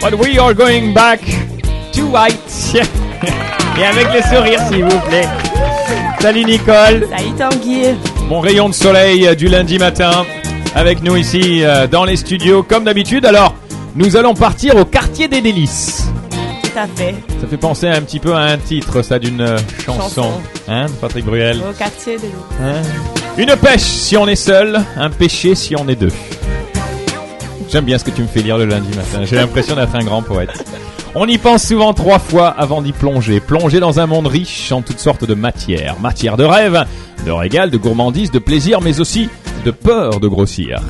But we are going back to white. Et avec les sourires, s'il vous plaît. Salut Nicole. Salut Tanguy. Mon rayon de soleil euh, du lundi matin avec nous ici euh, dans les studios comme d'habitude. Alors, nous allons partir au quartier des délices. Tout à fait. Ça fait penser un petit peu à un titre, ça, d'une euh, chanson. Chanson. Hein, de Patrick Bruel. Au quartier de l'eau. Hein Une pêche si on est seul, un péché si on est deux. J'aime bien ce que tu me fais lire le lundi matin. J'ai l'impression d'être un grand poète. On y pense souvent trois fois avant d'y plonger. Plonger dans un monde riche en toutes sortes de matières. Matières de rêve, de régal, de gourmandise, de plaisir, mais aussi de peur de grossir.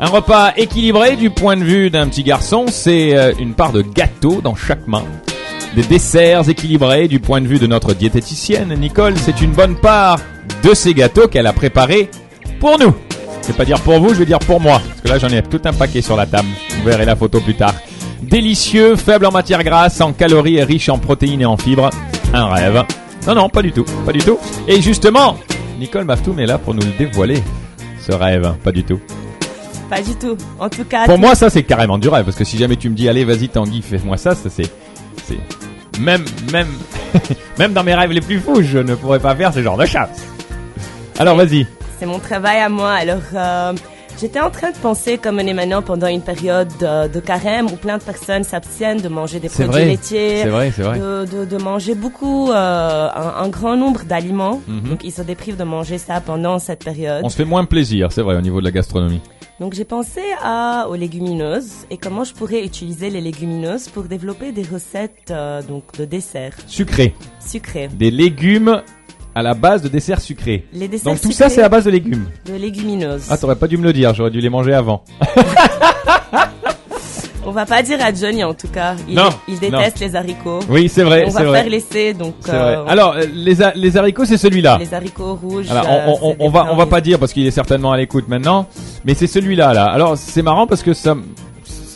Un repas équilibré du point de vue d'un petit garçon, c'est euh, une part de gâteau dans chaque main. Des desserts équilibrés du point de vue de notre diététicienne, Nicole, c'est une bonne part de ces gâteaux qu'elle a préparés pour nous. Je vais pas dire pour vous, je vais dire pour moi. Parce que là, j'en ai tout un paquet sur la table. Vous verrez la photo plus tard. Délicieux, faible en matière grasse, en calories et riche en protéines et en fibres. Un rêve. Non, non, pas du tout. Pas du tout. Et justement, Nicole Maftoum est là pour nous le dévoiler. Ce rêve, pas du tout. Pas du tout. En tout cas, Pour moi, ça, c'est carrément du rêve. Parce que si jamais tu me dis, allez, vas-y, Tanguy, fais-moi ça, ça, c'est. c'est- Même, même, même dans mes rêves les plus fous, je ne pourrais pas faire ce genre de chasse. Alors, vas-y. c'est mon travail à moi. Alors, euh, j'étais en train de penser comme on est maintenant pendant une période euh, de carême où plein de personnes s'abstiennent de manger des C'est produits vrai. laitiers. vrai, c'est De, de, de manger beaucoup, euh, un, un grand nombre d'aliments. Donc, ils se déprivent de manger ça pendant cette période. Mhm. On se fait moins plaisir, c'est vrai, au niveau de la gastronomie. Donc, j'ai pensé à, aux légumineuses et comment je pourrais utiliser les légumineuses pour développer des recettes euh, donc de desserts Sucré. sucrés. Des légumes à la base de desserts sucrés. Les desserts Donc tout sucrés ça, c'est à base de légumes. de légumineuses. Ah, t'aurais pas dû me le dire, j'aurais dû les manger avant. On va pas dire à Johnny en tout cas. Il, Non, il déteste les haricots. Oui, c'est vrai, on va c'est vrai. faire l'essai donc. C'est euh, vrai. Alors, euh, les, ha- les haricots, c'est celui-là. les haricots rouges. Alors, euh, on, on- c'est on des va, on va plantes. pas dire parce qu'il est certainement à l'écoute maintenant, mais c'est celui-là, là. Alors, c'est marrant parce que ça,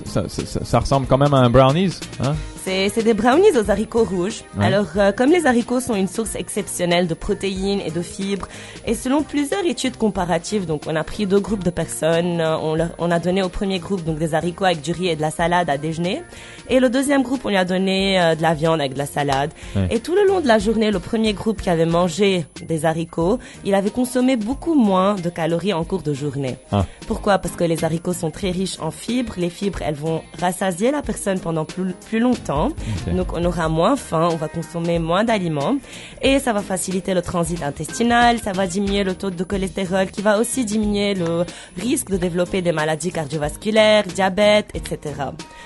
ça, ça- ça- ça ressemble quand même à un brownies, hein. C'est c'est des brownies aux haricots rouges. Ouais. Alors, euh, comme les haricots sont une source exceptionnelle de protéines et de fibres, et selon plusieurs études comparatives, donc on a pris deux groupes de personnes, euh, on, leur- on a donné au premier groupe donc des haricots avec du riz et de la salade à déjeuner, et le deuxième groupe on lui a donné euh, de la viande avec de la salade. Ouais. Et tout le long de la journée, le premier groupe qui avait mangé des haricots, il avait consommé beaucoup moins de calories en cours de journée. Ah. Pourquoi Parce que les haricots sont très riches en fibres. Les fibres, elles vont rassasier la personne pendant plus, plus longtemps. Ok. Donc, on aura moins faim, on va consommer moins d'aliments. Et ça va faciliter le transit intestinal, ça va diminuer le taux de cholestérol, qui va aussi diminuer le risque de développer des maladies cardiovasculaires, diabète, etc.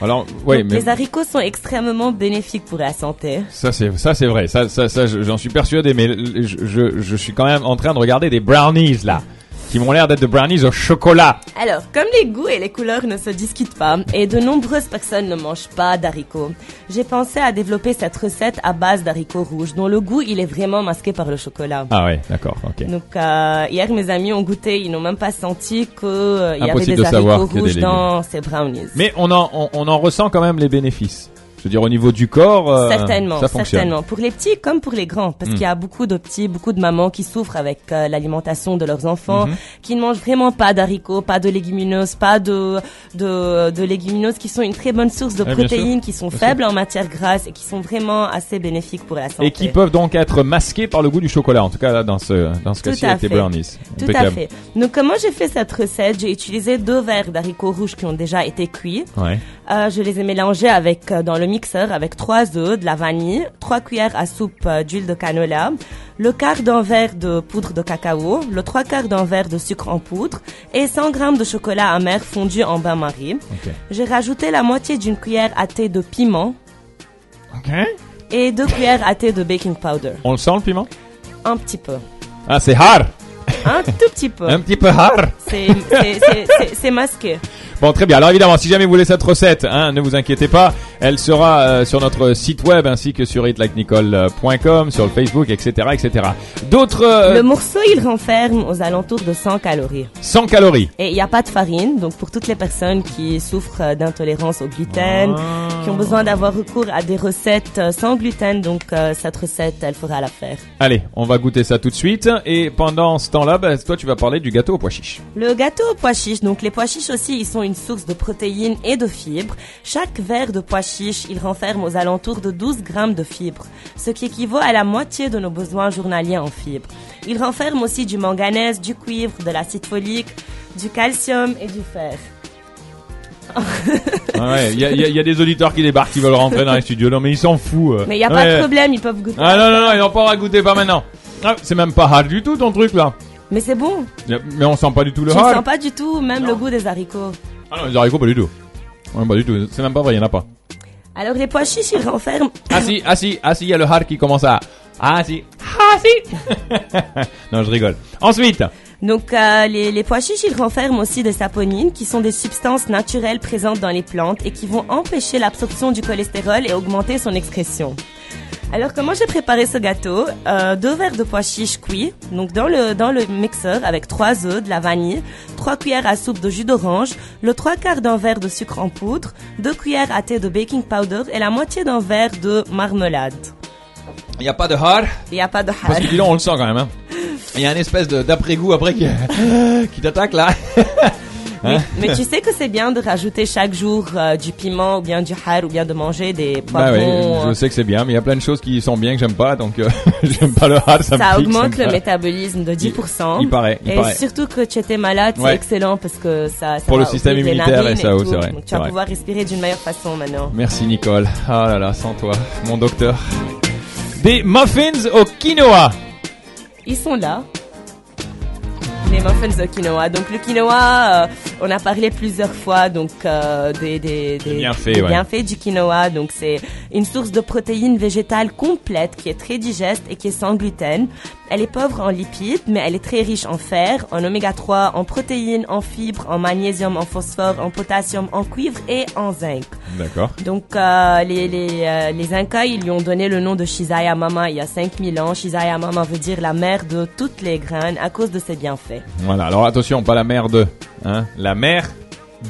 Alors, oui, Donc, mais Les haricots sont extrêmement bénéfiques pour la santé. ça c'est, ça c'est vrai, ça, ça, ça, je- j'en suis persuadé, mais l- je, je, je suis quand même en train de regarder des brownies là, qui m'ont l'air d'être de brownies au chocolat. Alors, comme les goûts et les couleurs ne se discutent pas, et de nombreuses personnes ne mangent pas d'haricots, j'ai pensé à développer cette recette à base d'haricots rouges, dont le goût, il est vraiment masqué par le chocolat. Ah ouais, d'accord, ok. Donc, euh, hier, mes amis ont goûté, ils n'ont même pas senti qu'il y avait Impossible des de savoir haricots qu'il y a des rouges légumes. dans ces brownies. Mais on en, on, on en ressent quand même les bénéfices. Je veux dire, au niveau du corps, euh, certainement, ça fonctionne. certainement. Pour les petits comme pour les grands, parce Mm. qu'il y a beaucoup de petits, beaucoup de mamans qui souffrent avec euh, l'alimentation de leurs enfants, Mm-hmm. qui ne mangent vraiment pas d'haricots, pas de légumineuses, pas de, de de légumineuses qui sont une très bonne source de Ah, bien protéines, qui sont Bien faibles en matière grasse et qui sont vraiment assez bénéfiques pour la santé. Et qui peuvent donc être masqués par le goût du chocolat, en tout cas là, dans ce, dans ce Tout cas-ci à avec les fait. brownies. Tout à Impeccable. fait. Donc comment j'ai fait cette recette J'ai utilisé deux verres d'haricots rouges qui ont déjà été cuits. Ouais. Euh, je les ai mélangés avec euh, dans le mixeur avec trois œufs, de la vanille, trois cuillères à soupe euh, d'huile de canola, le quart d'un verre de poudre de cacao, le trois quarts d'un verre de sucre en poudre et 100 grammes de chocolat amer fondu en bain-marie. Ok. J'ai rajouté la moitié d'une cuillère à thé de piment Ok. et deux cuillères à thé de baking powder, On le sent le piment un petit peu, Ah, c'est hard Hein? un tout petit peu. Un petit peu hard C'est c'est- c'est- c'est- c'est masqué. Bon, très bien. Alors évidemment, si jamais vous voulez cette recette, hein, ne vous inquiétez pas, elle sera euh, sur notre site web ainsi que sur itlikenicole.com, sur le Facebook, etc. etc. D'autres euh, Le morceau, il renferme aux alentours de 100 calories. 100 calories. Et il n'y a pas de farine, donc pour toutes les personnes qui souffrent euh, d'intolérance au gluten, Ah. qui ont besoin d'avoir recours à des recettes euh, sans gluten, donc euh, cette recette, elle fera l'affaire. Allez, on va goûter ça tout de suite. Et pendant ce temps-là, bah, toi, tu vas parler du gâteau au pois chiche. Le gâteau aux pois chiches, donc les pois chiches aussi, ils sont une une source de protéines et de fibres. Chaque verre de pois chiche, il renferme aux alentours de 12 grammes de fibres, ce qui équivaut à la moitié de nos besoins journaliers en fibres. Il renferme aussi du manganèse, du cuivre, de l'acide folique, du calcium et du fer. Ah ouais, il y, a- il y a- il y a des auditeurs qui débarquent, qui veulent rentrer dans les studios. Non, mais ils s'en foutent. euh. Mais il n'y a Ah pas ouais. de problème, ils peuvent goûter. Ah non, non, non, ils n'ont pas à goûter, pas maintenant. Ah, c'est même pas hard du tout ton truc là. Mais c'est bon, Y a- Mais on sent pas du tout le je ne hard. sens pas du tout, même Non. le goût des haricots. Ah non, les haricots, pas du tout. Ouais, pas du tout, c'est même pas vrai, il en a pas. Alors les pois chiches, ils renferment... Ah si, ah si, ah si, il y a le hard qui commence à. Ah si, ah si Non, je rigole. Ensuite, Donc euh, les, les pois chiches, ils renferment aussi des saponines, qui sont des substances naturelles présentes dans les plantes et qui vont empêcher l'absorption du cholestérol et augmenter son excrétion. Alors comment j'ai préparé ce gâteau Euh, Deux verres de pois chiches cuits, donc dans le dans le mixeur avec trois œufs, de la vanille, trois cuillères à soupe de jus d'orange, le trois quarts d'un verre de sucre en poudre, deux cuillères à thé de baking powder et la moitié d'un verre de marmelade. il n'y a pas de hard. Il n'y a pas de Parce hal. que dis donc, on le sent quand même. hein. Il y a un espèce de- d'après-goût après qui, qui t'attaque là. Mais, Hein? mais tu sais que c'est bien de rajouter chaque jour euh, du piment ou bien du har ou bien de manger des Bah ouais, poivrons. je euh, sais que c'est bien, mais il y a plein de choses qui sont bien que j'aime pas, donc euh, j'aime pas le hard, ça, me ça pique, augmente me le paraît. métabolisme de 10%. il paraît, il et paraît. surtout que tu étais malade, c'est Ouais. excellent parce que ça. ça Pour le va système ouvrir les immunitaire et narines ça, oui, tout. c'est vrai, Donc c'est tu vas vrai. pouvoir respirer d'une meilleure façon maintenant. Merci Nicole. Ah là là, sans toi, mon docteur. Des muffins au quinoa. Ils sont là. Les muffins au quinoa. Donc le quinoa, euh, on a parlé plusieurs fois donc euh, des, des, des- bienfaits, des ouais. bienfaits du quinoa. Donc c'est une source de protéines végétales complète qui est très digeste et qui est sans gluten. Elle est pauvre en lipides, mais elle est très riche en fer, en oméga 3, en protéines, en fibres, en magnésium, en phosphore, en potassium, en cuivre et en zinc. D'accord. Donc, euh, les, les, euh, les Incas, ils lui ont donné le nom de Shizaya Mama il y a 5000 ans. Shizaya Mama veut dire la mère de toutes les graines à cause de ses bienfaits. Voilà, alors attention, pas la mère de, hein, la mère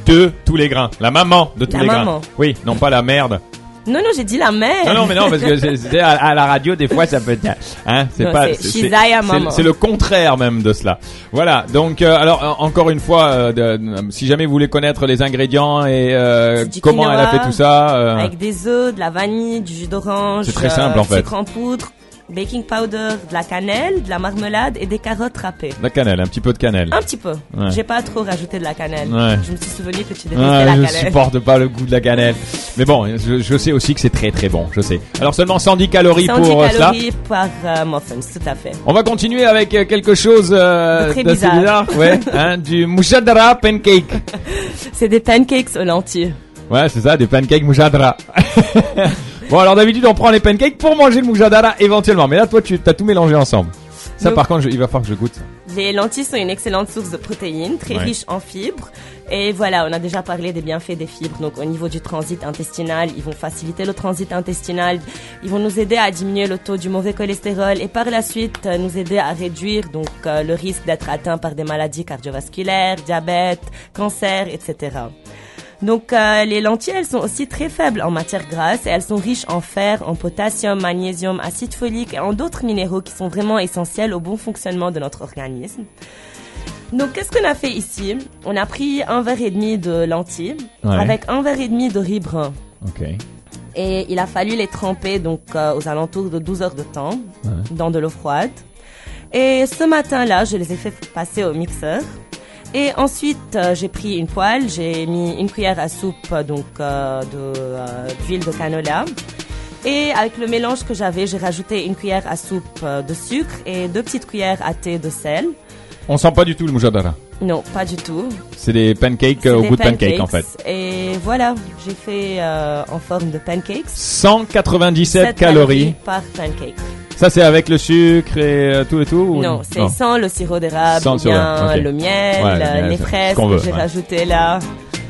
de tous les grains, la maman de tous La les grains. maman. Oui, non pas la merde. Non, non, j'ai dit la mère. Non non mais non parce que c'est- c'est à, à la radio des fois ça peut être hein, c'est Non, pas c'est Shizaya c'est- maman. c'est le contraire même de cela. Voilà, donc euh, alors en- encore une fois euh, de- si jamais vous voulez connaître les ingrédients et euh, C'est du comment elle a quinoa Ah, fait tout ça euh, Avec des œufs, de la vanille, du jus d'orange. C'est euh, très simple, en fait. Sucre en poudre, baking powder, de la cannelle, de la marmelade et des carottes râpées. la cannelle, un petit peu de cannelle. Un petit peu. Ouais. J'ai pas trop rajouté de la cannelle. Ouais. Je me suis souvenu que tu détestais Ah, la je cannelle. supporte pas le goût de la cannelle. Mais bon, je, je sais aussi que c'est très très bon, je sais. Alors seulement 110 calories 110 pour euh, ça. calories par euh, muffins, tout à fait. On va continuer avec euh, quelque chose euh, De très d'assez bizarre. ouais, hein, du mouchadra pancake. C'est des pancakes aux lentilles. Ouais, c'est ça, des pancakes mouchadra. bon, alors d'habitude on prend les pancakes pour manger le mouchadra éventuellement, mais là toi tu t'as tout mélangé ensemble. Ça Donc- par contre, je- il va falloir que je goûte. ça. Les lentilles sont une excellente source de protéines, très Ouais. riche en fibres. Et voilà, on a déjà parlé des bienfaits des fibres. Donc au niveau du transit intestinal, ils vont faciliter le transit intestinal, ils vont nous aider à diminuer le taux du mauvais cholestérol et par la suite euh, nous aider à réduire donc euh, le risque d'être atteint par des maladies cardiovasculaires, diabète, cancer, etc. Donc euh, les lentilles, elles sont aussi très faibles en matière grasse et elles sont riches en fer, en potassium, magnésium, acide folique et en d'autres minéraux qui sont vraiment essentiels au bon fonctionnement de notre organisme. Donc qu'est-ce qu'on a fait ici On a pris un verre et demi de lentilles Ouais. avec un verre et demi de riz brun OK. et il a fallu les tremper donc euh, aux alentours de 12 heures de temps dans de l'eau froide. Et ce matin-là, je les ai fait passer au mixeur. Et ensuite, euh, j'ai pris une poêle, j'ai mis une cuillère à soupe euh, donc euh, de, euh, d'huile de canola. Et avec le mélange que j'avais, j'ai rajouté une cuillère à soupe euh, de sucre et deux petites cuillères à thé de sel. On sent pas du tout le mouchadra. Non, pas du tout. C'est des pancakes C'est euh, au des goût de pancake en fait. pancakes. Et voilà, j'ai fait euh, en forme de pancakes. 197 Sept calories. par pancake. Ça, c'est avec le sucre et euh, tout et tout ou- Non, c'est sans le sirop d'érable, Sans le ou sirop bien d'érable, ok. le miel, Ouais, le euh, miel, les c'est- ce fraises qu'on veut, que j'ai ouais. rajoutées là.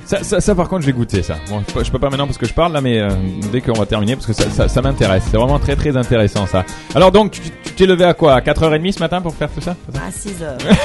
Ça, ça, ça, par contre, j'ai goûté ça. Bon, je peux- je peux pas maintenant parce que je parle là, mais euh, dès qu'on va terminer, parce que ça, ça, ça m'intéresse. C'est vraiment très très intéressant ça. Alors donc, tu tu t'es levé à quoi À 4h30 ce matin pour faire tout ça c'est ça À 6 heures.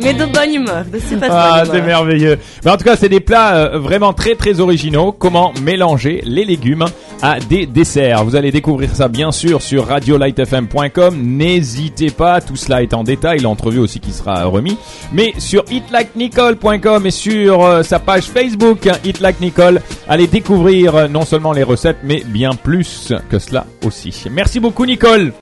Mais de bonne humeur, de super Ah, bonne c'est humeur. merveilleux. Mais en tout cas, c'est des plats euh, vraiment très très originaux. Comment mélanger les légumes à des desserts. Vous allez découvrir ça bien sûr sur radiolightfm.com. N'hésitez pas, tout cela est en détail, l'entrevue aussi qui sera remis. Mais sur hitlikenicole.com et sur euh, sa page Facebook hein, hitlikenicole, allez découvrir euh, non seulement les recettes mais bien plus que cela aussi. Merci beaucoup Nicole.